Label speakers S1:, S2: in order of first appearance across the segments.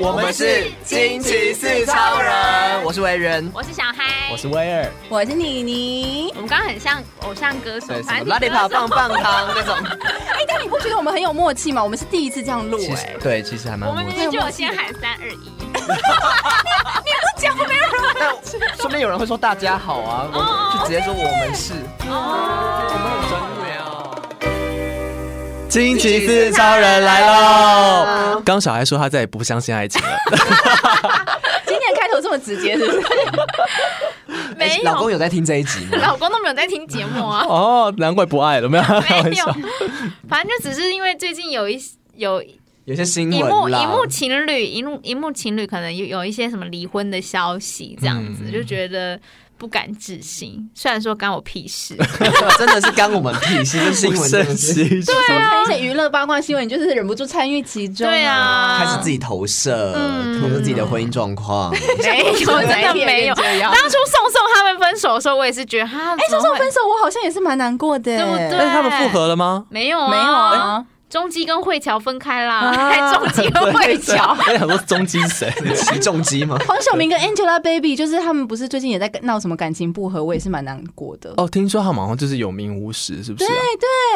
S1: 我
S2: 们是惊奇四超人，我是维人，
S3: 我是小嗨，
S1: 我是威尔，
S4: 我是妮妮
S3: 我。们刚刚很像偶像歌手
S2: 对，，什
S3: 反
S2: 么
S3: 正
S2: 拉
S3: 你
S2: 力
S3: 歌手
S2: 跑棒棒糖那种，
S4: 哎、但你不觉得我们很有默契吗？我们是第一次这样录
S2: 其
S4: 哎、
S2: 实对，其实还蛮
S3: 我们
S2: 默
S3: 明
S2: 契
S3: 明就有先喊三二一，
S2: 但说不定有人会说大家好啊，我们就直接说我们是，我
S3: 哦
S2: 们很专业哦啊。
S1: 惊奇四超人来喽！刚小孩说他再也不相信爱情 了，，
S4: 今天开头这么直接，是不是？
S3: 没
S2: 哎老公
S3: 有，
S2: 有在听这一集吗？
S3: 老公都没有在听节目啊
S1: 哦，难怪不爱了，没有 开
S3: 没
S1: 玩
S3: 有
S1: 笑，，
S3: 反正就只是因为最近有一有
S2: 有些新
S3: 荧幕
S2: 闻啦
S3: 荧，幕情侣，荧幕荧幕情侣可能有有一些什么离婚的消息，这样子、就觉得不敢置信。虽然说干我屁事，
S2: 真的是干我们屁事， 这新
S1: 不
S2: 闻真
S1: 胜
S2: 的是
S1: 唏嘘。
S4: 怎么看一些娱乐八卦新闻，你就是忍不住参与其中？
S3: 啊对，啊，
S2: 开始自己投射，
S3: 嗯
S2: 投射自己的婚姻状
S1: 啊
S2: 况。
S3: 没有，真的没有。
S4: 这样
S3: 当初宋宋他们分手的时候，我也是觉得哈，哎、
S4: 哎，说说分手，我好像也是蛮难过的、
S3: 对不对？
S1: 但是他们复合了吗？
S3: 没有啊？
S4: 没有，啊，
S3: 中基跟慧乔分开啦，还 中基跟慧 乔。
S1: 啊我想说中间谁？
S2: 起重机
S3: 哎
S2: 吗？
S4: 黄晓明跟 Angelababy 就是他们不是最近也在闹什么感情不和，我也是蛮难过的。
S1: 哦，听说他们好像就是有名无实，是不是
S4: 对
S1: 啊？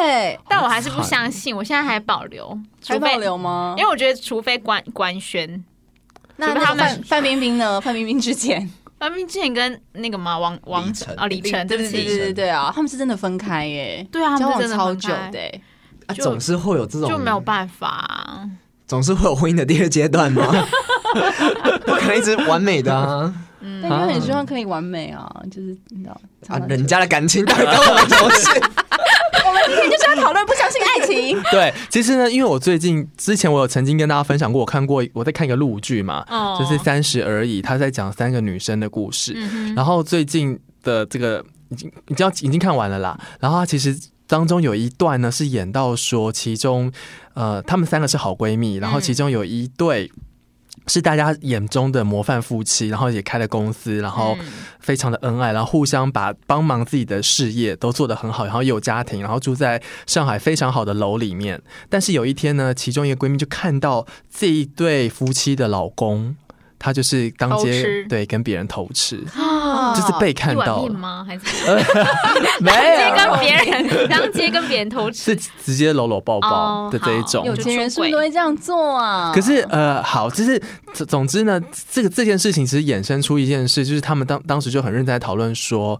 S4: 对，
S3: 但我还是不相信，我现在还保留，
S4: 还
S3: 除非
S4: 保，留吗
S3: 因？为我觉得除非官官宣，
S4: 那
S3: 除非
S4: 那
S3: 他们
S4: 范范冰冰呢？范冰冰之前，
S3: 范冰之前啊跟那个嘛王王
S2: 李晨
S3: 哦李晨，对不
S4: 对对
S3: 起，
S4: 对对对啊，他们是真的分开耶，
S3: 对啊他
S4: 交
S3: 们
S4: 往
S3: 是真的
S4: 超
S3: 分
S4: 久
S3: 开
S4: 的欸耶。
S2: 啊，
S3: 就
S2: 总是会有这种，
S3: 就没有办法。
S2: 总是会有婚姻的第二阶段吗？ 不可能一直完美的啊！
S4: 但因为很希望可以完美啊，就是你知道，
S2: 啊
S4: 常，常
S2: 人家的感情到底跟我们什么事？
S4: 我们今天就是要 讨论不相信爱情。
S1: 对，其实呢，因为我最近之前我有曾经跟大家分享过，我看过我在看一个录剧嘛，
S3: 哦嗯
S1: 就是《三十而已》，他在讲三个女生的故
S2: 嗯
S1: 事。然后最近的这个已经已经要已经看完了啦，然后它其实。当中有一段呢，是演到说，其中，呃，她们三个是好闺蜜，
S2: 嗯
S1: 然后其中有一对是大家眼中的模范夫妻，然后也开了公司，
S2: 嗯
S1: 然后
S3: 嗯
S1: 非常的恩爱，然后互相把帮忙自己的事业都做得很好，然后也有家庭，然后住在上海非常好的楼里面。但是有一天呢，其中一个闺蜜就看到这一对夫妻的老公，他就是当
S3: 偷
S1: 街
S3: 吃
S1: 对跟别人偷吃，
S3: 啊
S1: 就是被看
S3: 一碗
S1: 到
S3: 面
S1: 了，
S3: 吗？还是
S1: 没
S4: 哎
S3: 直接
S1: 有
S3: 跟别人当街跟别人偷吃
S1: 是？直接搂搂
S2: 啊
S1: 抱抱
S3: 哦
S1: 的这一种
S3: 好
S4: 有。钱人是不是都会这样做啊？
S2: 哦
S1: 可是呃，好，就是总总之呢，这个这件事情其实衍生出一件事，就是他们当当时就很认真在讨论说，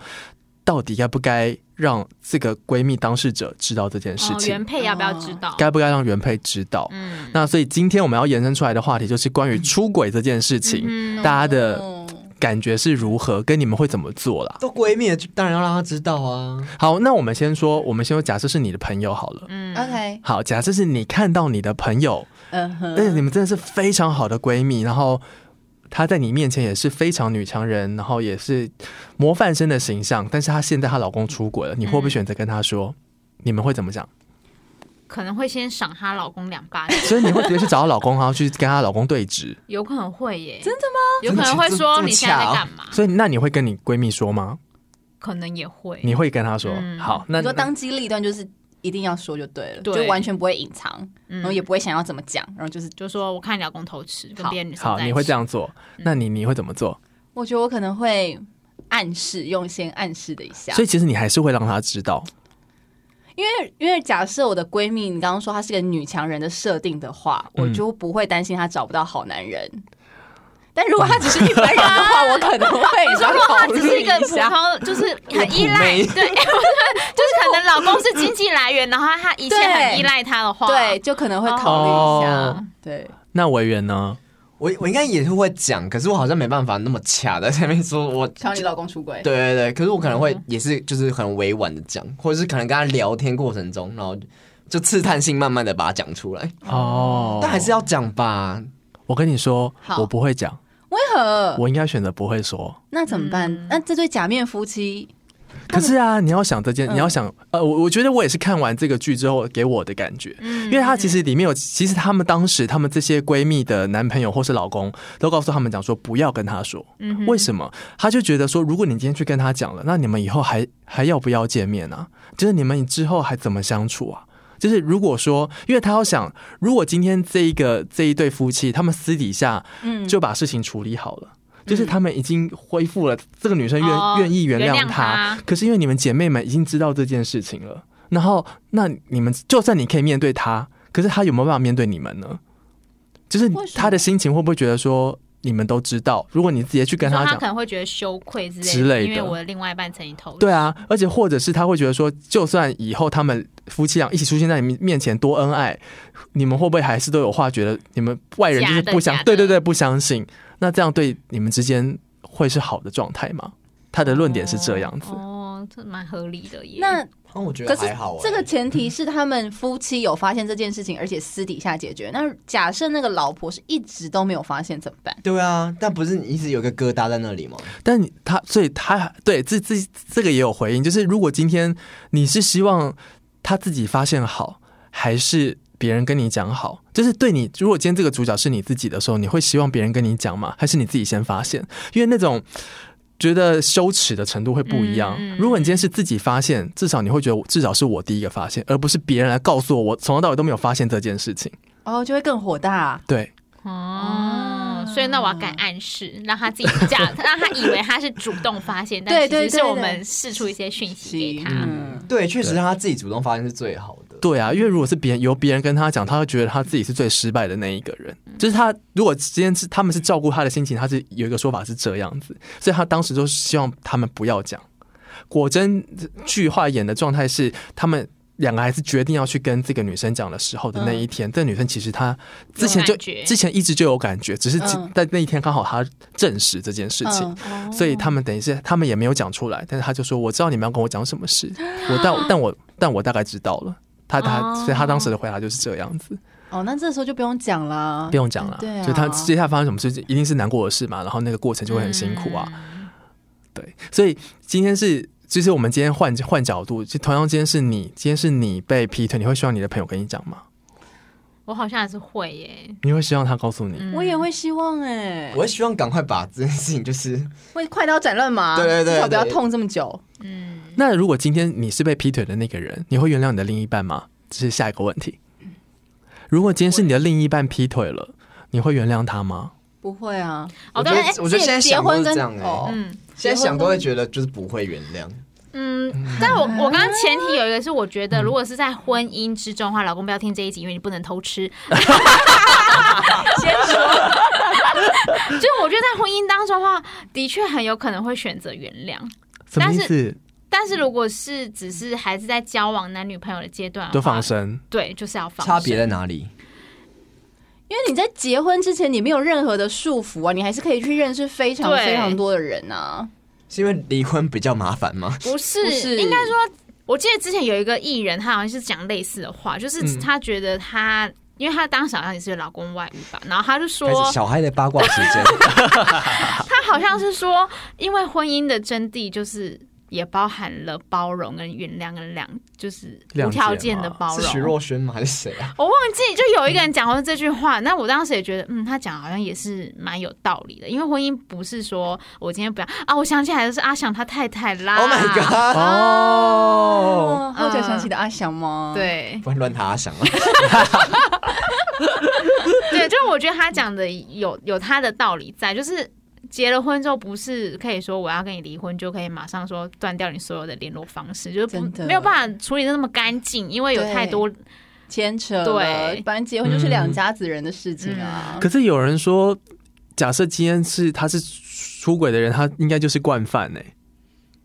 S1: 到底该不该让这个闺蜜当事者知道这件事
S3: 哦，
S1: 情
S3: 原，配要不要知道？
S1: 该不该让原配知道？
S3: 嗯
S1: 那所以今天我们要延伸出来的话题就是关于出轨这件事情，
S3: 嗯，
S1: 大家的
S4: 哦
S1: 感觉是如何，跟你们会怎么做啦？
S2: 都闺蜜了，嗯当然要让她知道啊！
S1: 好，那我们先说，我们先说，假设是你的朋友好了。
S3: 嗯
S4: ，OK，
S1: 好，假设是你看到你的朋友，
S4: 嗯哼，
S1: 而且你们真的是非常好的闺蜜，然后她在你面前也是非常女强人，然后也是模范生的形象，但是她现在她老公出轨了，你会不会选择跟她说？你们会怎么讲？
S3: 可能会先赏她老公两巴掌，
S1: 所以你会直接去找她老公，然后去跟她老公对峙。
S3: 有可能会耶，
S4: 真的吗？
S3: 有可能会说你现在在干嘛？
S1: 所以那你会跟你闺蜜说吗？
S3: 可能也会，
S1: 你会跟她说？
S3: 嗯
S1: 好，那
S4: 你说当机立断就是一定要说就对了，
S3: 对嗯
S4: 就完全不会隐藏，然后也不会想要怎么讲，然后就是
S3: 就说我看你老公偷吃，跟
S4: 好
S3: 别的女生
S1: 好，
S3: 在一起
S1: 你会这样做？那你你会怎么做？
S4: 我觉得我可能会暗示，用先暗示的一下
S1: 所，以其实你还是会让她知道。
S4: 因为因为假设我的闺蜜，你刚刚说她是个女强人的设定的话，我就不会担心她找不到好男人。但如果她只是一般人的话，我可能会
S3: 你说如果他
S4: 考
S3: 只是
S4: 虑
S3: 一个
S4: 一
S3: 普
S4: 下。
S3: 通，就是很依
S2: 普
S3: 赖，
S2: 妹
S3: 对， 就是可能老公是经济来源，然后他一切
S4: 对
S3: 很依赖他的话，
S4: 对，，就可能会考虑一下。
S1: 哦
S4: 对，
S1: 那委员呢？
S2: 我我应该也是会讲，可是我好像没办法那么卡在前面说我。
S4: 瞧你老公出轨，
S2: 对对对，可是我可能
S4: 嗯
S2: 会也是就是很委婉的讲，或者是可能跟她聊天过程中，然后就刺探性慢慢的把它讲出来，
S1: 哦，
S2: 但还是要讲吧。
S1: 我跟你说，
S4: 好呃
S1: 我不会讲，
S4: 为何？
S1: 我应该选择不会说。
S4: 那怎么办？那这对假面夫妻，
S1: 可是啊，你要想这件，
S4: 嗯
S1: 你要想，呃，我我觉得我也是看完这个剧之后给我的感觉，
S4: 嗯
S1: 因为她其实里面有，其实她们当时她们这些闺蜜的男朋友或是老公都告诉她们讲说不要跟她说，
S4: 嗯
S1: 为什么？她就觉得说，如果你今天去跟她讲了，那你们以后还还要不要见面啊？就是你们之后还怎么相处啊？就是如果说，因为他要想，如果今天这一个这一对夫妻，他们私底下
S4: 嗯，
S1: 就把事情处理好了。就是他们已经恢复了，这个女生愿
S3: 哦
S1: 愿意原
S3: 原
S1: 谅
S3: 谅
S1: 他
S3: 她，
S1: 可是因为你们姐妹们已经知道这件事情了，然后那你们就算你可以面对他，可是他有没有办法面对你们呢？就是
S4: 为什么
S1: 他的心情会不会觉得说你们都知道？如果你直接去跟
S3: 说
S1: 他
S3: 他
S1: 讲
S3: 可，能会觉得羞愧之类的，
S1: 之类的
S3: 因为我的另外一半曾经投入。
S1: 对啊，而且或者是他会觉得说，就算以后他们夫妻俩一起出现在你面面前多恩爱，你们会不会还是都有话觉得你们外人就是
S3: 假的
S1: 不相
S3: 假的
S1: 对对对不相信？那这样对你们之间会是好的状态吗？他的论点是这样子，
S3: 哦，这蛮合理的耶。
S4: 那
S2: 那我觉
S4: 可
S2: 得
S4: 是
S2: 还好、欸。
S4: 这个前提是他们夫妻有发现这件事情，而且私底下解决。那假设那个老婆是一直都没有发现怎么办？
S2: 对啊，但不是你一直有一个疙瘩在那里吗？
S1: 但你他所以他对这这这个也有回应，就是如果今天你是希望他自己发现好，还是别人跟你讲好？就是对你，如果今天这个主角是你自己的时候，你会希望别人跟你讲吗？还是你自己先发现？因为那种。觉得羞耻的程度会不一样。
S3: 嗯嗯
S1: 如果你今天是自己发现，至少你会觉得至少是我第一个发现，而不是别人来告诉我，我从头到尾都没有发现这件事情。
S4: 哦，就会更火大、
S1: 对，
S3: 哦，所以那我要敢暗示，让他自己假，让他以为他是主动发 现，但
S4: 对
S3: 其实
S4: 对
S3: 是
S4: 对
S3: 我
S4: 对
S3: 们释出一些讯息给他。
S4: 嗯，
S2: 对，确实让他自己主动发现是最好的。
S1: 对啊，因为如果是别人由别人跟他讲，他会觉得他自己是最失败的那一个人。就是他如果今天是他们是照顾他的心情，他是有一个说法是这样子，所以他当时就希望他们不要讲。果真剧化演的状态是，他们两个还是决定要去跟这个女生讲的时候的那一天，这女生其实她之前就
S3: 有感觉
S1: 之前一直就有感觉，只是只
S4: 嗯
S1: 在那一天刚好她证实这件事情。
S4: 嗯
S3: 哦
S1: 所以他们等于是他们也没有讲出来，但是他就说我知道你们要跟我讲什么事，我但但我但我大概知道了。他他、
S3: 哦
S1: 所以他当时的回答就是这样子，
S4: 哦，那这时候就不用讲啦，
S1: 不用讲了、
S4: 嗯对啊，
S1: 就他接下来发生什么事，一定是难过的事嘛，然后那个过程就会很辛苦
S3: 嗯
S1: 啊。
S3: 哦
S1: 对，所以今天是，其实我们今天换换角度，就同样今天是你，今天是你被劈腿，你会希望你的朋友跟你讲吗？
S3: 我好像还是会耶，
S1: 你会希望他告诉你？
S4: 我也会希望
S1: 嗯
S4: 哎、
S2: 我会希望赶快把这件事情，就是
S4: 会快刀斩乱麻，
S2: 对对对
S4: 至少不要
S2: 对
S4: 痛这么久。
S3: 嗯，
S1: 那如果今天你是被劈腿的那个人，你会原谅你的另一半吗？这是下一个问题。如果今天是你的另一半劈腿了，你会原谅他吗？
S4: 不会啊，
S3: 哦，
S2: 我觉得
S3: 对，哎
S2: 我觉得现在
S4: 结
S2: 想都
S4: 婚
S2: 是
S4: 跟
S2: 这样哎、
S4: 哦
S3: 嗯
S2: 现在想都会觉得就是不会原谅。
S3: 嗯，但我我刚刚前提有一个是，我觉
S1: 嗯
S3: 得如果是在婚姻之中的话，老公不要听这一集，因为你不能偷 吃。
S4: 先说，
S3: 就我觉得在婚姻当中的话，的确很有可能会选择原谅。
S1: 什么意
S3: 但
S1: 思？
S3: 但是如果是只是还是在交往男女朋友的阶段的话，
S1: 都放生，
S3: 对，就是要放
S2: 差
S3: 生
S2: 别在哪里？
S4: 因为你在结婚之前你没有任何的束缚啊，你还是可以去认识非常
S3: 对
S4: 非常多的人啊。
S2: 是因为离婚比较麻烦吗？
S3: 不是，
S4: 不是
S3: 应该说，我记得之前有一个艺人，他好像是讲类似的话，就是
S1: 嗯
S3: 他觉得他，因为他当时好像也是有老公外遇吧，然后他就说
S2: 开始小孩的八卦时间，
S3: 他好像是说，因为婚姻的真谛就是也包含了包容跟原谅跟两，就是无条件的包
S2: 是徐
S3: 容。
S2: 若瑄吗？还是谁啊？
S3: 我忘记，就有一个人讲过这句话，那我当时也觉得，嗯，他讲好像也是蛮有道理的，因为婚姻不是说我今天不要啊，我想起来的是阿翔他太太啦
S2: Oh my god！
S1: 哦，
S4: 啊哦，后者想起的阿翔吗？，
S3: 对
S2: 不然乱他想了。啊
S3: 对，就是我觉得他讲的有有他的道理在，就是结了婚之后，不是可以说我要跟你离婚就可以马上说断掉你所有的联络方式，就是
S4: 真
S3: 不
S4: 的
S3: 没有办法处理的那么干净，因为有太多
S4: 牵扯了
S3: 对
S4: 反正结婚就是两家子人的事情啊。
S1: 可是有人说，假设今天是他是出轨的人，他应该就是惯犯哎、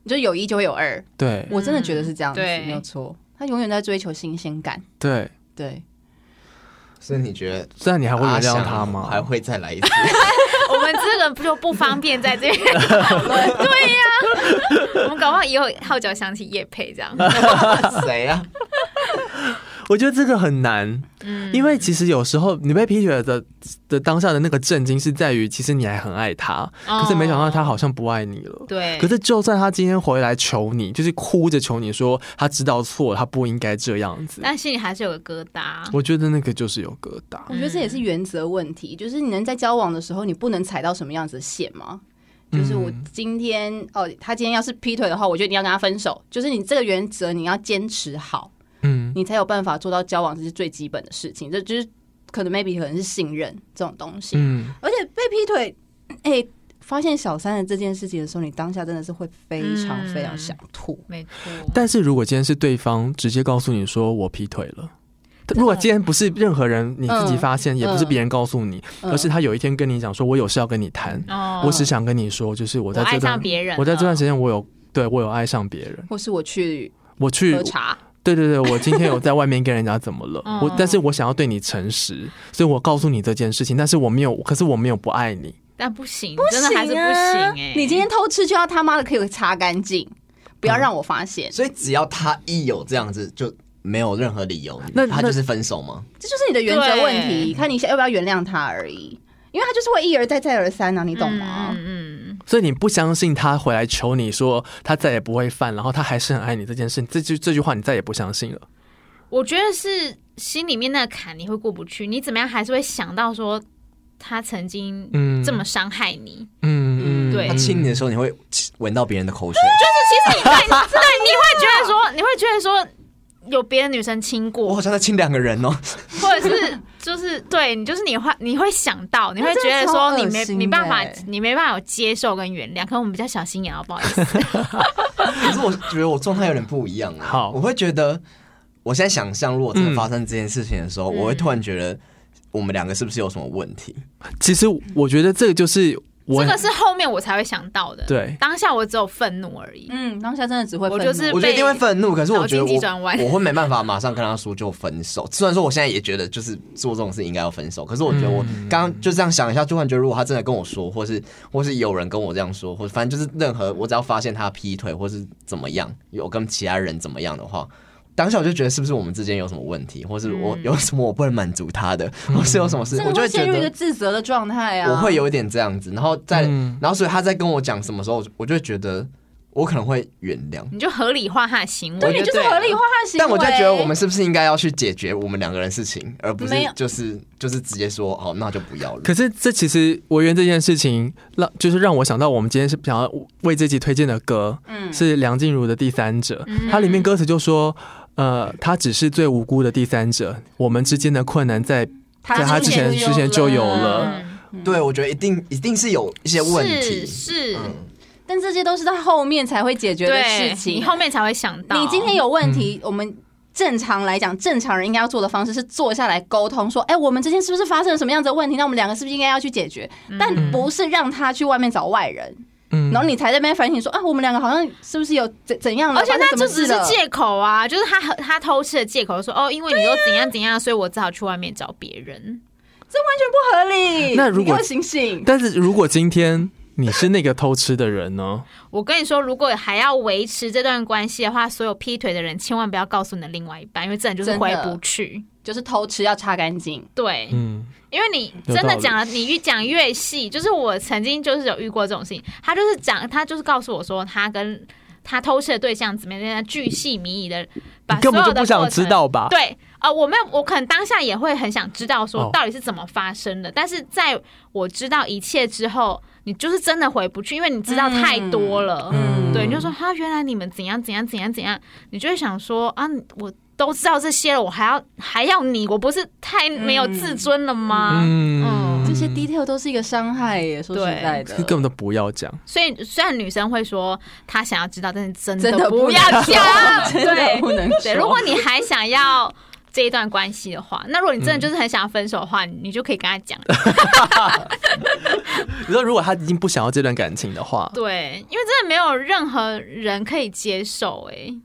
S4: 你就有一就会有二，嗯
S1: 对
S4: 我真的觉得是这样子，
S3: 对
S4: 没有错。他永远在追求新鲜感，
S1: 对，
S4: 对，
S2: 所以你觉得
S1: 虽然你还会
S2: 阿
S1: 原谅
S2: 翔
S1: 他吗？
S2: 还会 再来一次？
S3: 我们这个不就不方便在 这边讨论，对呀、我们搞不好以后号角响起叶配这样，
S2: 谁啊？
S1: 我觉得这个很难，
S3: 嗯，
S1: 因为其实有时候你被劈腿的的当下的那个震惊是在于，其实你还很爱他，
S3: 哦
S1: 可是没想到他好像不爱你了。
S3: 对，
S1: 可是，就算他今天回来求你，就是哭着求你说他知道错了，他不应该这样子。
S3: 但心里还是有个疙瘩，
S1: 我觉得那个就是有疙瘩。
S4: 我觉得这也是原则问题，就是你能在交往的时候，你不能踩到什么样子的线吗？
S3: 嗯
S4: 就是
S1: 嗯
S4: 我今天哦，他今天要是劈腿的话，我就一定要跟他分手。就是你这个原则你要坚持好，
S1: 嗯，
S4: 你才有办法做到交往，这是最基本的事情。这就是可能 maybe 可能是信任这种东西。
S1: 嗯，
S4: 而且被劈腿，哎、发现小三的这件事情的时候，你当下真的是会非常
S3: 嗯
S4: 非常想吐。
S3: 没错。
S1: 但是如果今天是对方直接告诉你说我劈腿了，他如果今天不是任何人你自己发
S3: 嗯
S1: 现，也不是别人告诉你，
S4: 嗯
S1: 而是他有一天跟你讲说，我有事要跟你谈，
S3: 哦
S1: 我只想跟你说，就是我
S3: 我
S1: 在这
S3: 爱
S1: 段
S3: 上别人了，
S1: 我在这段时间我有对我有爱上别人，
S4: 或是我去
S1: 我去
S4: 喝茶，
S1: 对对对，我今天有在外面跟人家怎么了
S3: ？嗯
S1: 我但是我想要对你诚实，所以我告诉你这件事情，但是我没有，可是我没有不爱你。
S3: 但不行，真的还是不
S4: 啊
S3: 行哎。
S4: 你今天偷吃就要他妈的可以擦干净，不要让我发现。
S2: 所以只要他一有这样子，就没有任何理由，
S1: 那
S2: 他
S1: 那
S2: 就是分手吗？
S4: 这就是你的原则问
S3: 对
S4: 题，看你要不要原谅他而已。因为他就是会一而再再而三啊，你懂吗？
S3: 嗯嗯
S1: 所以你不相信他回来求你说他再也不会犯，然后他还是很爱你这件事，这句这句话你再也不相信了。
S3: 嗯，我觉得是心里面那个坎你会过不去，你怎么样还是会想到说他曾经
S1: 嗯，
S3: 这么伤害你，
S1: 嗯
S3: 对
S2: 他亲你的时候，你会闻到别人的口水，
S3: 就是其实你对对你会 觉得说，你会觉得说有别的女生亲
S2: 我
S3: 过
S2: 好，像在亲两个人哦。
S3: 或者是就是对你就是你会你会想到，你会觉得说你没
S4: 那真的超恶心的
S3: 你没办法
S4: 欸
S3: 你没办法接受跟原谅，可能我们比较小心眼 啊，不好意思，
S2: 可是我觉得我状态有点不一样啊。
S1: 好嗯
S2: 我会觉得，我现在想象，如果真的发生这件事情的时候，我会突然觉得我们两个是不是有什么问题？
S1: 其实我觉得这个就是我
S3: 这个是后面我才会想到的，
S1: 对
S3: 当下我只有愤怒而已，
S4: 嗯，当下真的只会
S3: 我
S4: 愤怒，
S3: 就是
S2: 我觉得一定会愤怒，可是我觉得
S3: 脑筋急
S2: 我
S3: 转弯
S2: 我会没办法马上跟他说就分手。虽然说我现在也觉得就是做这种事应该要分手，可是我觉得我刚刚就这样想一下，就感觉得如果他真的跟我说，或是或是有人跟我这样说，或者反正就是任何我只要发现他劈腿或是怎么样，有跟其他人怎么样的话。当下我就觉得是不是我们之间有什么问题，或是我有什么我不能满足他的，或是有什么事，
S4: 嗯这
S2: 我
S4: 个
S2: 就
S4: 会
S2: 会觉
S4: 陷入一个
S2: 得
S4: 自责的状态啊。
S2: 我会有一点这样子，然后再
S1: 嗯
S2: 然后所以他在跟我讲什么时候，我就会觉得我可能会原谅，
S3: 你就合理化他的行为，
S2: 对
S4: 对，你就是合理化他的行为。
S2: 但我就觉得我们是不是应该要去解决我们两个人的事情，而不是
S4: 没有
S2: 就是就是直接说哦，那就不要了。
S1: 可是这其实违约这件事情，让就是让我想到我们今天是想要为这集推荐的歌，
S4: 嗯
S1: 是梁静茹的《第三者》，
S3: 嗯
S1: 它里面歌词就说，呃，他只是最无辜的第三者，我们之间的困难在在他之前
S4: 就有
S1: 之前就有了
S4: 嗯
S2: 对，我觉得一定一定是有一些问
S3: 是
S2: 题。
S3: 是，
S4: 嗯但这些都是在后面才会解决的
S3: 对，
S4: 事情。
S3: 你后面才会想到。
S4: 你今天有问题，我们。正常来讲，正常人应该要做的方式是坐下来沟通，说：“哎、我们之间是不是发生了什么样子的问题？那我们两个是不是应该要去解决？”
S3: 嗯
S4: 但不是让他去外面找外人，
S1: 嗯
S4: 然后你才在那边反省说：“啊，我们两个好像是不是有怎怎样了？
S3: 而且
S4: 发生
S3: 那
S4: 什
S3: 就
S4: 么
S3: 只
S4: 事
S3: 是
S4: 了
S3: 借口啊，就是他和他偷吃的借口说哦，因为你又怎样怎样，所以我只好去外面找别人。
S4: 不合理。”
S1: 那如果
S4: 你给我醒醒，
S1: 但是如果今天你是那个偷吃的人呢？
S3: 我跟你说，如果还要维持这段关系的话，所有劈腿的人千万不要告诉你的另外一半，因为这人就是
S4: 真的
S3: 回不去。
S4: 就是偷吃要擦干净。
S3: 对，
S1: 嗯，
S3: 因为你
S1: 有
S3: 真的
S1: 道理
S3: 讲了，你越讲越细。就是我曾经就是有遇过这种事情，他就是讲，他就是告诉我说，他跟他偷吃的对象怎么样怎么样，巨细靡遗的把
S1: 你
S3: 所
S1: 根
S3: 有的
S1: 本就不想
S3: 过程
S1: 知道啊吧？
S3: 对，呃，我没有，我可能当下也会很想知道
S1: 哦
S3: 说到底是怎么发生的，但是在我知道一切之后，你就是真的回不去，因为你知道太多了。
S1: 嗯
S3: 对，你就说哈、原来你们怎样怎样怎样怎样，你就会想说啊，我都知道这些了，我还要还要你，我不是太
S4: 嗯
S3: 没有自尊了吗？哦
S1: 嗯，
S4: 这些 detail 都是一个伤害耶，说实
S3: 对
S4: 在
S1: 这
S4: 的，
S1: 根本都不要讲。
S3: 所以虽然女生会说她想要知道，但是真
S4: 真的
S3: 不
S4: 不
S3: 要
S4: 能
S3: 讲，
S4: 真的
S3: 对
S4: 不能
S3: 对，
S4: 说
S3: 如果你还想要这一段关系的话，那如果你
S4: 嗯
S3: 真的就是很想要分手的话，你就可以跟他 讲。
S1: 你说如果他已经不想要这段感情的话，
S3: 对，因为真的没有任何人可以接受哎、欸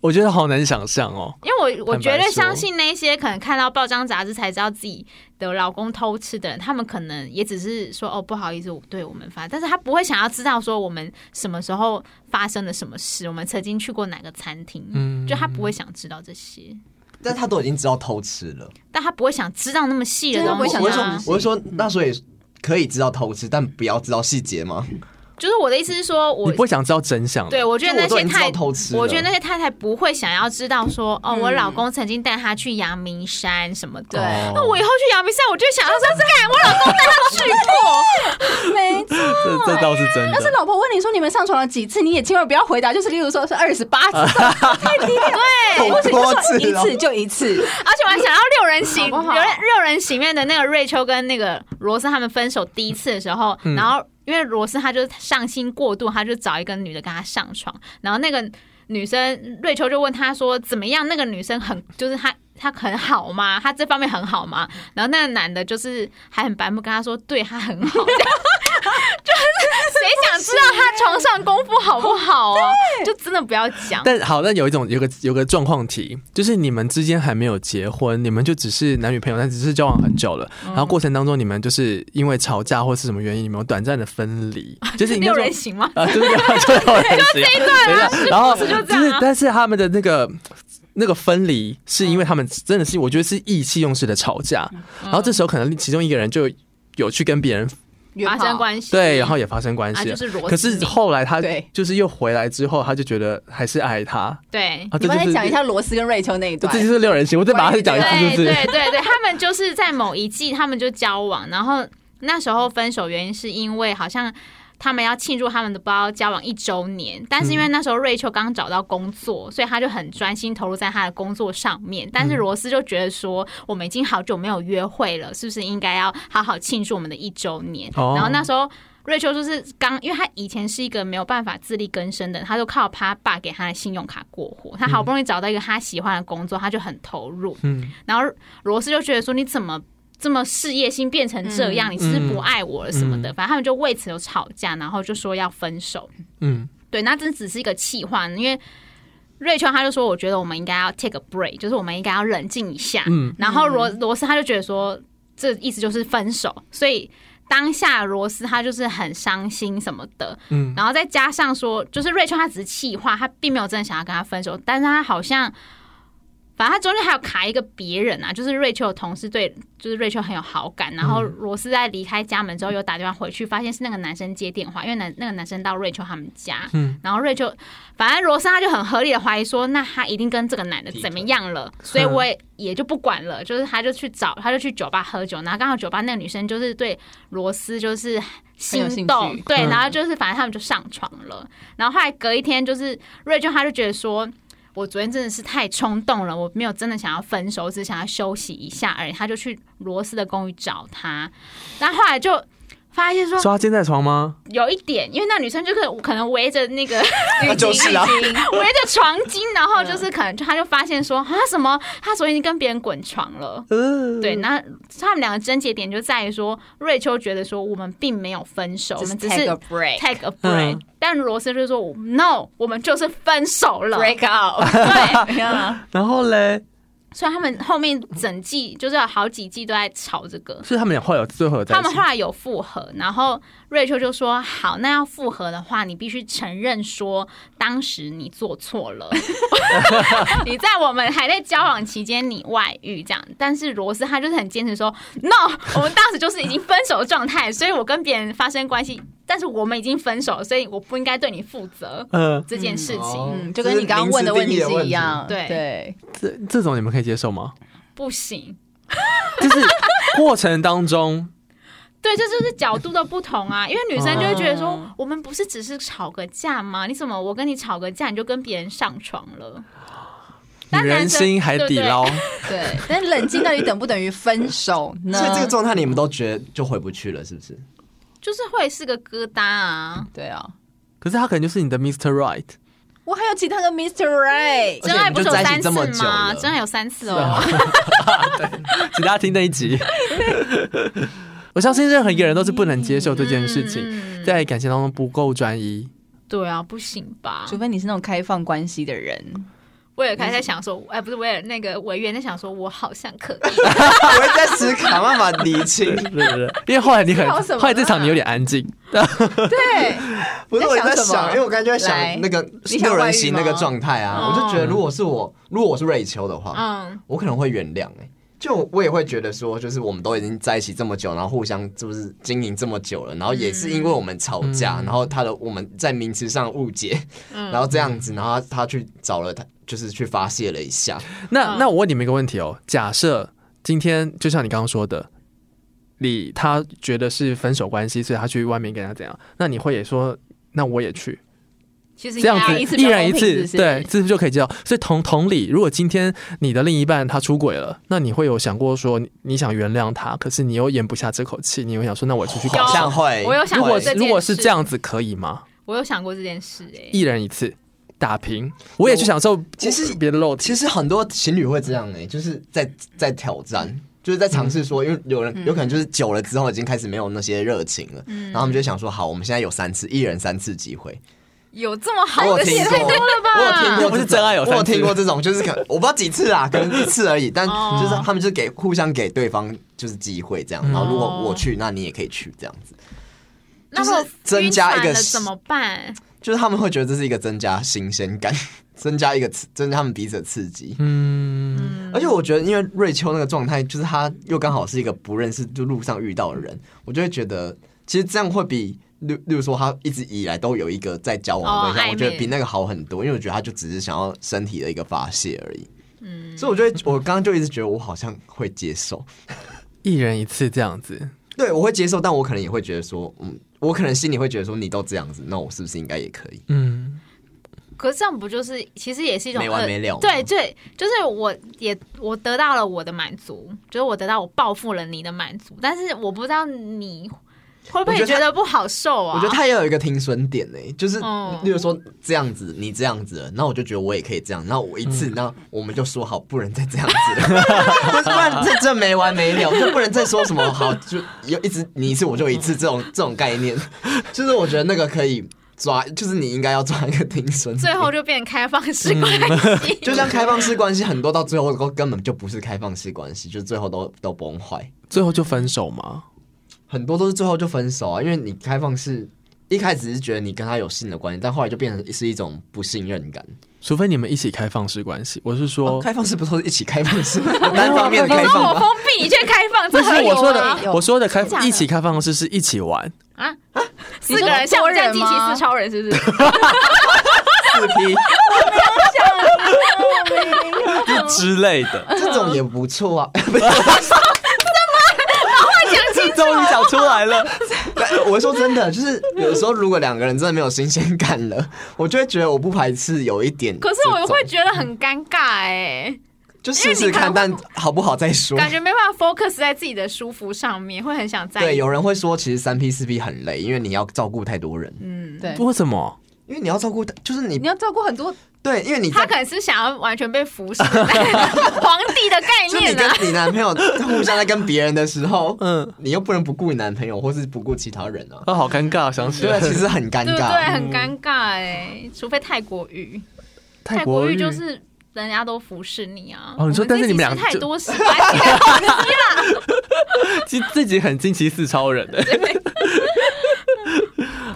S1: 我觉得好难想象哦。
S3: 因为我我
S1: 坦白
S3: 绝对
S1: 说
S3: 相信那些可能看到报章杂志才知道自己的老公偷吃的人，他们可能也只是说哦不好意思，我对我们发，但是他不会想要知道说我们什么时候发生了什么事，我们曾经去过哪个餐厅，
S1: 嗯
S3: 就他不会想知道这些，
S2: 但他都已经知道偷吃了，但
S3: 但他不会想知道那么细的
S4: 对他
S3: 东
S4: 不会
S3: 西、
S4: 想
S2: 我
S4: 知
S2: 是
S4: 道嗯
S2: 说
S3: 啊。
S2: 我是说，那所以可以知道偷吃，但不要知道细节吗？
S3: 就是我的意思是说，我
S1: 你不会想知道真相的，哦
S3: 对，我觉得那
S2: 就我
S3: 些
S2: 都已经知
S3: 太
S2: 道偷吃了
S3: 我觉得那些太太不会想要知道说，哦，我老公曾经带她去阳明山什么的。
S4: 对
S1: 哦
S3: 那我
S2: 哦
S3: 以后去阳明山，我就想要说，干，我老公带她去过。
S4: 没错，
S1: 这这到是真
S4: 要是
S1: 的。
S4: 老婆问你说你们上床了几次，你也千万不要回答，就是例如说是二十八次，太低了。对不行，
S2: 好多
S4: 就说
S2: 次
S4: 一
S2: 哦
S4: 次就一次。
S3: 而且我还想到六人行，
S4: 好不好
S3: 六人六人行里面的那个瑞秋跟那个罗斯他们分手第一次的时候，
S1: 嗯
S3: 然后因为罗斯他就是上心过度，他就找一个女的跟他上床，然后那个女生瑞秋就问他说怎么样？那个女生很就是他。他很好吗？他这方面很好吗？ 然后那个男的就是还很白目跟他说，对他很好，这样就是谁想知道他床上功夫好不好啊？就真的不要讲。
S1: 但好，但有一种有个有个状况题，就是你们之间还没有结婚，你们就只是男女朋友，但只是交往很久了，然后过程当中你们就是因为吵架或是什么原因，你们有短暂的分离，就是应该
S3: 六
S1: 说
S3: 人行吗？
S1: 啊，就是最后人行，等一下，然后
S3: 故事就这样啊
S1: 是，但是他们的那个。那个分离是因为他们真的是，我觉得是意气用事的吵架，然后这时候可能其中一个人就有去跟别人
S3: 发生关系
S1: 对，然后也发生关
S3: 啊，
S1: 系
S3: 就
S1: 了。
S3: 是罗斯
S1: 可是后来他
S4: 对
S1: 就是又回来之后，他就觉得还是爱他啊，
S3: 对
S1: 这
S4: 你
S1: 就
S4: 帮
S1: 是
S4: 他讲一下罗斯跟瑞秋那一
S1: 这
S4: 段
S1: 这。就是六人行，我再把它讲一次，
S3: 对
S1: 就是
S3: 对对对，他们就是在某一季他们就交往，然后那时候分手原因是因为好像。他们要庆祝他们的包交往一周年，但是因为那时候瑞秋刚找到工作，所以他就很专心投入在他的工作上面。
S1: 嗯
S3: 但是罗斯就觉得说，我们已经好久没有约会了，是不是应该要好好庆祝我们的一周年？
S1: 哦
S3: 然后那时候瑞秋就是刚，因为她以前是一个没有办法自力更生的，她就靠她爸给她的信用卡过活。她好不容易找到一个她喜欢的工作，她就很投入。
S1: 嗯，
S3: 然后罗斯就觉得说，你怎么？这么事业心变成这样，你是不是不爱我了什么的，反正他们就为此有吵架，然后就说要分手。
S1: 嗯，
S3: 对，那这只是一个气话，因为瑞秋他就说，我觉得我们应该要 take a break，就是我们应该要冷静一下。
S1: 嗯
S3: 然后罗罗斯他就觉得说，这意思就是分手，所以当下罗斯他就是很伤心什么的。
S1: 嗯，
S3: 然后再加上说，就是瑞秋他只是气话，他并没有真的想要跟他分手，但是他好像。反正他中间还有卡一个别人啊，就是瑞秋的同事对，就是瑞秋很有好
S1: 嗯
S3: 感。然后罗斯在离开家门之后，又打电话回去，发现是那个男生接电话，因为男那个男生到瑞秋他们家，
S1: 嗯
S3: 然后瑞秋，反正罗斯他就很合理的怀疑说，那他一定跟这个男的怎么样了，所以我也也就不管了，就是他就去找，他就去酒吧喝酒，然后刚好酒吧那个女生就是对罗斯就是
S4: 有
S3: 心
S4: 兴
S3: 动
S4: 趣，
S3: 对，
S1: 嗯
S3: 然后就是反正他们就上床了，然后后来隔一天就是瑞秋他就觉得说。我昨天真的是太冲动了，我没有真的想要分手，我只是想要休息一下而已。他就去罗斯的公寓找他，但后来就发现说
S1: 抓奸在床吗？
S3: 有一点，因为那女生就可可能围着 那个
S2: 那就是啊，
S3: 围着床巾，然后就是可能就他就发现说啊什么，他昨天已经跟别人滚床了。
S1: 呃，
S4: 嗯
S3: 对，那他们两个症结点就在于说，瑞秋觉得说我们并没有分手， 我们只
S4: take
S3: 是
S4: a break 嗯
S3: take a break，、但罗斯就说 no，我们就是分手了。
S4: break out。
S3: 对，
S4: 哎 Yeah
S1: 然后嘞，
S3: 所以他们后面整季就是有好几季都在吵这个。
S1: 是他们俩后来有最后有在
S3: 他
S1: 一
S3: 们
S1: 起
S3: 后，来有复合，然后瑞秋就说：“好，那要复合的话，你必须承认说当时你做错了， 你在我们还在交往期间你外遇这样。”但是罗斯他就是很坚持说：“No，我们当时就是已经分手的状态，所以我跟别人发生关系，但是我们已经分手，所以我不应该对你负责
S1: 嗯，
S3: 这件事情。
S2: 哦
S4: 嗯，就跟你刚刚问的问题是一样。
S3: 这是临时定义的问题
S4: 对，
S1: 这这种你们可以接受吗？
S3: 不行。”
S1: 就是过程当中，
S3: 对，这就是角度的不同啊，因为女生就会觉得说
S4: 哦，
S3: 我们不是只是吵个架吗？你怎么我跟你吵个架，你就跟别人上床了？
S1: 女
S3: 但男
S1: 人
S3: 生
S1: 心海
S3: 对不
S1: 底
S3: 对
S1: 捞，
S4: 对，但冷静到底等不等于分手呢？
S2: 所以 这个状态你们都觉得就回不去了，是不是？
S3: 就是会是个疙瘩啊。
S4: 对啊，
S1: 可是他可能就是你的 Mr. Right，
S4: 我还有其他的 Mr. Ray，
S2: 而
S3: 真
S2: 且
S3: 爱
S2: 你
S3: 不是有
S2: 们就在一起
S3: 三次
S2: 这么
S3: 吗？
S2: 久了啊
S3: 真爱有三次哦。
S1: 请大家听那一集。 我相信任何一个人都是不能接受这件事情，
S3: 嗯嗯
S1: 在感情当中不够专一。
S3: 对啊，不行吧？
S4: 除非你是那种开放关系的 人，
S3: 威尔
S2: 嗯
S3: 开始在想说，哎，不是威尔，那个委员在想说，我好像可以。
S2: 我一直在思考办法理清，
S1: 是不是？因为后来你很
S4: 你搞什么，啦
S1: 后来这场你有点安静，
S4: 对，
S2: 不是我在
S4: 你在想什
S2: 想，
S4: 么
S2: 因为我刚才就在
S4: 来
S2: 想那个
S4: 你想
S2: 六
S4: 外遇
S2: 人行那个
S4: 吗嗯
S2: 状态啊，我就觉得如果是我，如果我是瑞秋的话，
S3: 嗯，
S2: 我可能会原谅哎、欸就我也会觉得说，就是我们都已经在一起这么久，然后互相就是经营这么久了，然后也是因为我们吵架，然后他的我们在名词上误解，
S3: 嗯
S2: 然后这样子，然后他他去找了他，就是去发泄了一下，
S1: 那
S3: 嗯
S1: 那我问你们一个问题哦，假设今天就像你刚刚说的，里他觉得是分手关系，所以他去外面跟他怎样，那你会也说，那我也去，
S3: 其实
S1: 这样
S3: 应该
S1: 子
S4: 一次
S1: 一
S4: 比较
S1: 人一
S4: 公平是
S1: 次
S4: 不，是
S1: 对，这就可以知道。所以同同理，如果今天你的另一半他出轨了，那你会有想过说你你想原谅他，可是你又咽不下这口气，你又想说那我出去搞
S3: 有
S1: 一
S2: 好
S1: 下。
S2: 像会。
S3: 我有想
S1: 如
S3: 过
S1: 果
S2: 会
S3: 这件
S1: 如果是
S3: 事
S1: 这样子，可以吗？
S3: 我有想过这件事哎、
S1: 一人一次，打平，我也去享受
S2: 其实
S1: 别的肉体。
S2: 其实很多情侣会这样哎、就是在在挑战，就是在尝试说，因为有人有可能就是久了之后已经开始没有那些热情了，然后他们就想说，好，我们现在有三次，一人三次机会。
S3: 有这么好
S2: 我有
S3: 的事
S2: 听
S3: 也
S2: 过，
S3: 太多了吧？
S2: 我有 听过这种，
S1: 不是真爱有
S2: 我
S1: 三
S2: 有
S1: 次
S2: 听过这种，就是可 我不知道几次啊，可能一次而已，但
S3: 哦
S2: 就是他们就是给互相给对方就是机会这样，
S1: 嗯
S2: 然后如果
S3: 哦
S2: 我去，那你也可以去这样子，
S3: 那
S2: 就是
S3: 如果
S2: 增
S3: 晕
S2: 加一
S3: 船
S2: 个
S3: 了
S2: 时
S3: 怎么办？
S2: 就是他们会觉得这是一个增加新鲜感， 增加一个刺增加他们彼此的刺激。
S1: 嗯，
S3: 嗯，
S2: 而且我觉得，因为瑞秋那个状态，就是他又刚好是一个不认识，就路上遇到的人，我就会觉得，其实这样会比，例例如说他一直以来都有一个在交往
S3: 哦
S2: 的对
S3: 暧
S2: 象，
S3: 昧
S2: 我觉得比那个好很多，因为我觉得他就只是想要身体的一个发泄而已。嗯，所以我就会，我刚刚就一直觉得我好像会接受，
S1: 一人一次这样子，
S2: 对我会接受，但我可能也会觉得说，嗯，我可能心里会觉得说，你都这样子，那我是不是应该也可以？
S1: 嗯。
S3: 可是这样不就是其实也是一种
S2: 没完
S3: 恶
S2: 没了吗
S3: 对对，就是我也我得到了我的满足，就是我得到我报复了你的满足，但是我不知道你会不会
S2: 我觉得
S3: 觉
S2: 他
S3: 得不好受啊？
S2: 我觉得他也有一个停损点呢、就是
S3: 嗯
S2: 例如说这样子，你这样子了，那我就觉得我也可以这样，那我一次，那我们就说好，不能再这样子了， 不然这这没完没了，就不能再说什么好，就有一直你一次我就一次这种这种概念， 就是我觉得那个可以抓，就是你应该要抓一个停损点
S3: 最后就变开放式关系，
S2: 就像开放式关系，很多到最后都根本就不是开放式关系，就最后都都崩坏。
S1: 最后就分手吗？
S2: 很多都是最后就分手啊，因为你开放式一开始是觉得你跟他有性的关系，但后来就变成是一种不信任感。
S1: 除非你们一起开放式关系，我是
S2: 哦，
S1: 说，
S2: 开放式不都是一起开放式， 单 方面的嗯开
S3: 那
S2: 放
S3: 我
S2: 吗？
S3: 封闭，你却开放，这啊
S1: 不是
S3: 合理
S1: 我说
S3: 吗
S1: 的，我说的开
S3: 真的假的
S1: 一起开放式是一起玩，
S3: 啊，四个人像
S4: 多
S3: 我战
S4: 人
S3: 机骑
S4: 吗
S3: 士超人是不 是？
S2: 四 P
S1: 就之类 的，
S2: 这种也不错啊。
S1: 终于讲出来 了。
S2: 我说真的，就是有时候如果两个人真的没有新鲜感了，我就会觉得我不排斥有一点这
S3: 可
S2: 种。
S3: 是我会觉得很尴尬哎、
S2: 就试试看，
S3: 因为
S2: 但好不好再说。
S3: 感觉没办法 focus 在自己的舒服上面，会很想在
S2: 对，
S3: 意。
S2: 有人会说，其实三 P 四 P 很累，因为你要照顾太多人，
S3: 嗯，
S4: 对，
S1: 为什么？
S2: 因为你要照顾，就是你
S4: 你要照顾很多，
S2: 对，因为你
S3: 他
S2: 在
S3: 可能是想要完全被服侍， 皇帝的概
S2: 就你
S3: 念
S2: 跟
S3: 啊。
S2: 你男朋友互相在跟别人的时候，
S1: 嗯，
S2: 你又不能不顾你男朋友，或是不顾其他人啊。
S1: 啊，好尴尬，想起
S2: 对
S1: 来，
S2: 啊，其 实很尴
S3: 对不对？
S1: 嗯
S2: 尬。
S3: 很尴尬哎、除非泰国语，泰
S1: 国
S3: 语
S1: 语
S3: 就是人家都服侍你啊。
S1: 哦你说
S3: 我
S1: 但是
S3: 这
S1: 你们俩
S3: 集太
S1: 就
S3: 多失败 了
S1: 自 自己很惊奇四超人的，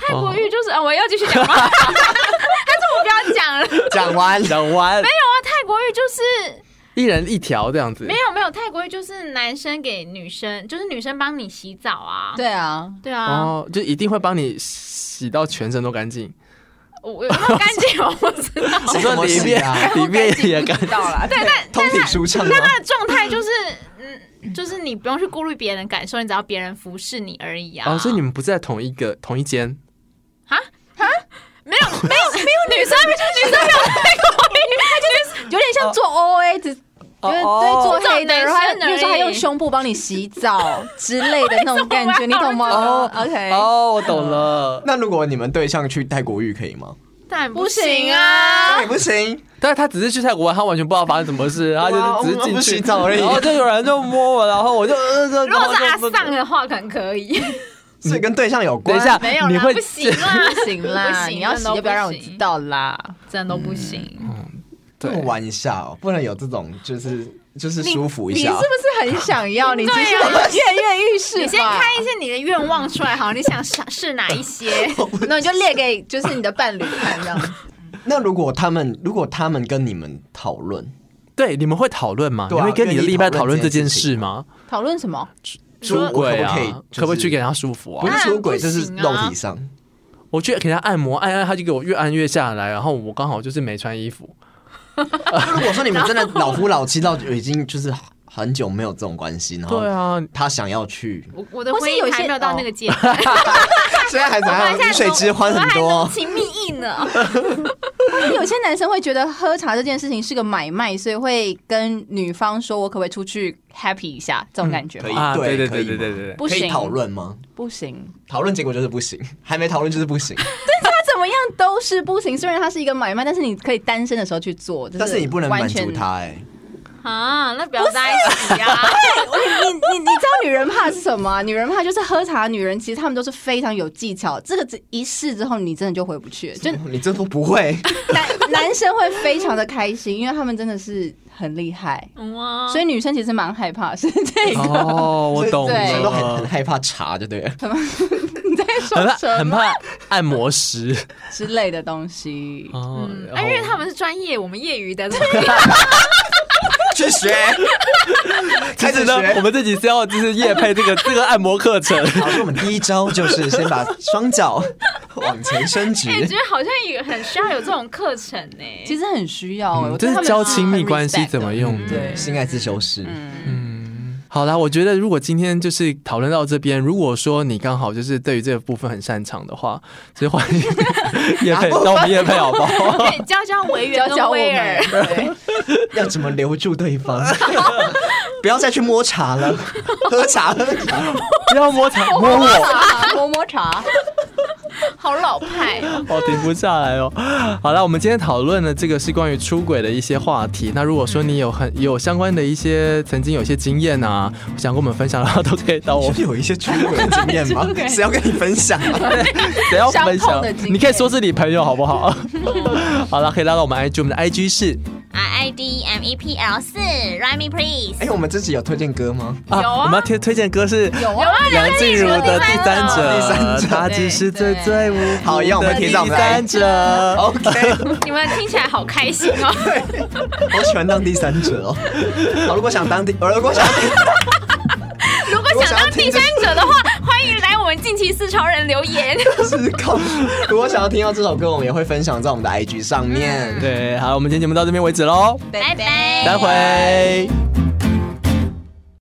S3: 泰国语就是，呃我要继续讲吗？ 但是我不要讲了。
S2: 讲完，
S1: 讲完
S3: 哇，泰国语就是
S1: 一人一条这样子
S3: 没，有没有泰国语就是男生给女生，就是女生帮你洗澡啊。
S4: 对啊，
S3: 对啊，
S1: 哦，就一定会帮你洗到全身都干净，
S3: 我我有没有干净我不知道。
S1: 我
S2: 什
S1: 说
S2: 么
S1: 里
S2: 事
S1: 面
S2: 啊
S1: 里 面也干
S4: 知道啦，对，但
S2: 通体舒畅啊吗？
S3: 他的状态就是，嗯，就是你不用去顾虑别人感受，你只要别人服侍你而已啊。
S1: 哦，所以你们不在同一个同一间，
S3: 没有没有没有女生，女生没有
S4: 有点
S2: 哦
S4: 像做 O A，只就是对做黑的，然后还有时候还用胸部帮你洗 澡之类的那种感觉，你懂吗？
S1: 哦
S4: OK，
S1: 哦，我懂了，
S2: 那如果你们对象去泰国浴可以吗？
S3: 当然
S4: 不行
S2: 那
S4: 啊
S2: 也，不行，
S1: 但是他只是去泰国玩，他完全不知道发生什么事，他
S2: 哇
S1: 就是只
S2: 我
S1: 是进
S2: 不
S1: 去
S2: 洗澡而已
S1: 然后就有人就摸我，然后我就呃，呃
S3: 如
S1: 然后
S3: 果是
S1: 就
S3: 阿丧的话，可能可 以。
S2: 所以跟对象有
S1: 等
S2: 关。
S1: 一下，
S3: 没有
S1: 你
S3: 啦，
S1: 会
S3: 不行 啦，
S4: 不行啦，
S3: 不行
S4: 你要洗
S3: 真的
S4: 就不要让我
S3: 不行
S4: 知道啦。
S3: 真的都不行。
S2: 这
S1: 对
S2: 么玩一下哦，不能有这种就是就是舒服一
S4: 你是
S2: 下。
S4: 不是很想要？你其实
S3: 对啊
S4: 很跃跃欲试吧。
S3: 你先开一些你的愿望出来，好，你想想是哪一些？
S4: 那你就列给就是你的伴侣看，这样。
S2: 那如果他们如果他们跟你们讨论，
S1: 对，你们会讨论吗？你
S2: 对啊
S1: 会跟你的
S2: 愿意
S1: 另一半讨
S2: 讨论
S1: 论这
S2: 这件
S1: 件
S2: 事
S1: 事
S2: 情
S1: 吗？
S4: 讨论什么？
S2: 出
S3: 说
S2: 轨
S1: 啊
S2: 可不可以？
S1: 可不可以去给
S2: 他？
S1: 他舒服
S2: 不
S1: 啊？
S2: 是出轨，
S3: 当
S2: 就
S3: 然不
S2: 是
S3: 行啊
S2: 肉体上。
S1: 我去给他按摩，按按他就给我越按越下来，然后我刚好就是没穿衣服，
S2: 如果说你们真的老夫老妻到已经就是很久没有这种关系，然后
S1: 对啊，
S2: 他想要去，
S3: 我我的
S4: 或
S3: 婚
S4: 是
S3: 姻
S4: 有一
S3: 还
S4: 些
S3: 没有到
S4: 哦
S3: 那个阶段，哎
S2: 现在还怎
S3: 我
S2: 样？
S3: 们
S2: 饮
S3: 现在
S2: 水之欢很
S3: 我们
S2: 多
S3: 还，情蜜意呢。
S4: 有些男生会觉得喝茶这件事情是个买卖，所以会跟女方说：“我可不可以出去 happy 一下？”这种感觉
S2: 嗯可以
S4: 吗？
S1: 啊对对对
S2: 对可以
S1: 对对
S2: 吗
S1: 对 对
S4: 不
S2: 可以
S4: 行
S2: 讨论吗？
S4: 不行，
S2: 讨论结果就是不行，还没讨论就是不行。
S4: 他怎么样都是不行。虽然它是一个买卖，但是你可以单身的时候去做，就
S2: 但是你不能满
S4: 完全
S2: 足他哎、
S3: 啊，那不要在一起啊呀、
S4: 哎你你你知道女人怕是什么啊、女人怕就是喝茶，女人其实她们都是非常有技巧。这个只一试之后，你真的就回不去了。就
S2: 你这都不会，
S4: 男 男生会非常的开心，因为他们真的是很厉害。
S3: 哇，
S4: 所以女生其实蛮害怕，是这
S1: 对，
S4: 个。
S1: 哦，我懂
S4: 对
S2: 所以都很
S1: 了
S2: 很，害怕查，就对了。
S4: 你在
S1: 很
S4: 说
S1: 怕
S4: 什
S1: 很
S4: 么
S1: 怕按摩师
S4: 之类的东西？
S1: 哦
S3: 嗯，，
S1: 然
S3: 啊
S2: 哎
S1: 后
S3: 因为他们是专业，我们业余的，
S2: 去学，
S1: 其
S2: 开
S1: 实
S2: 始
S1: 呢，我
S2: 学。
S1: 们这几次要就是夜配这 个这个按摩课程，
S2: 好，所以我们第一招就是先把双脚往前伸 直
S3: 哎、，觉得好像也很需要有这种课程呢、
S4: 其
S3: 实
S4: 实很需要、欸，
S1: 嗯
S4: 我
S1: 这
S4: 觉得他
S1: 是
S4: 们
S1: 教
S4: 是
S1: 亲密
S4: 很
S1: 关系
S4: respect
S1: 怎么
S4: 的
S1: 用
S4: 嗯
S1: 的
S4: 对，
S2: 性爱自修室。
S4: 嗯，
S1: 好啦，我觉得如果今天就是讨论到这边，如果说你刚好就是对于这个部分很擅长的话，所以欢迎叶佩，让我们叶佩好不好？
S3: 可以教教维园
S4: 教
S3: 跟
S4: 教我
S3: 威尔
S4: 们，。对，
S2: 要怎么留住对方？不要再去摸茶了，喝茶喝茶。
S1: 不要摸茶，摸我，
S4: 摸摸茶，
S3: 好老派、哦。
S1: 我停不下来哦。好了，我们今天讨论的这个是关于出轨的一些话题。那如果说你有很有相关的一些曾经有一些经验啊，想跟我们分享的话，都可以到我们
S2: 是有一哦 些出轨的经验吗？谁要跟你分享啊？
S1: 谁要分
S4: 伤
S1: 享
S4: 痛的经，验
S1: 你可以说是你朋友好不好？好了，可以拉到我们 IG，我们的 IG 是
S3: R I D M E P L 四 r i m e please。
S2: 哎，我们自己有推荐歌吗？
S1: 啊
S3: 有啊
S1: 我们要推推荐歌是
S4: 有
S3: 有
S4: 啊，
S3: 啊，
S1: 梁静茹的第三者，
S2: 第三者
S1: 她只是最最无辜
S2: 好让我们
S1: 的
S2: 贴
S1: 第
S2: 上来
S1: 三者。
S2: OK，
S3: 你们听起来好开心 哦。
S2: 我喜欢当第三者哦。好，如果想当第，呃如果想
S3: 如果想当第三者的话，欢迎来我们近期四超人留言。
S2: 是靠，如果想要听到这首歌，我们也会分享在我们的 IG 上面。
S1: 对，好，我们今天节目到这边为止喽，
S3: 拜拜
S1: 待会。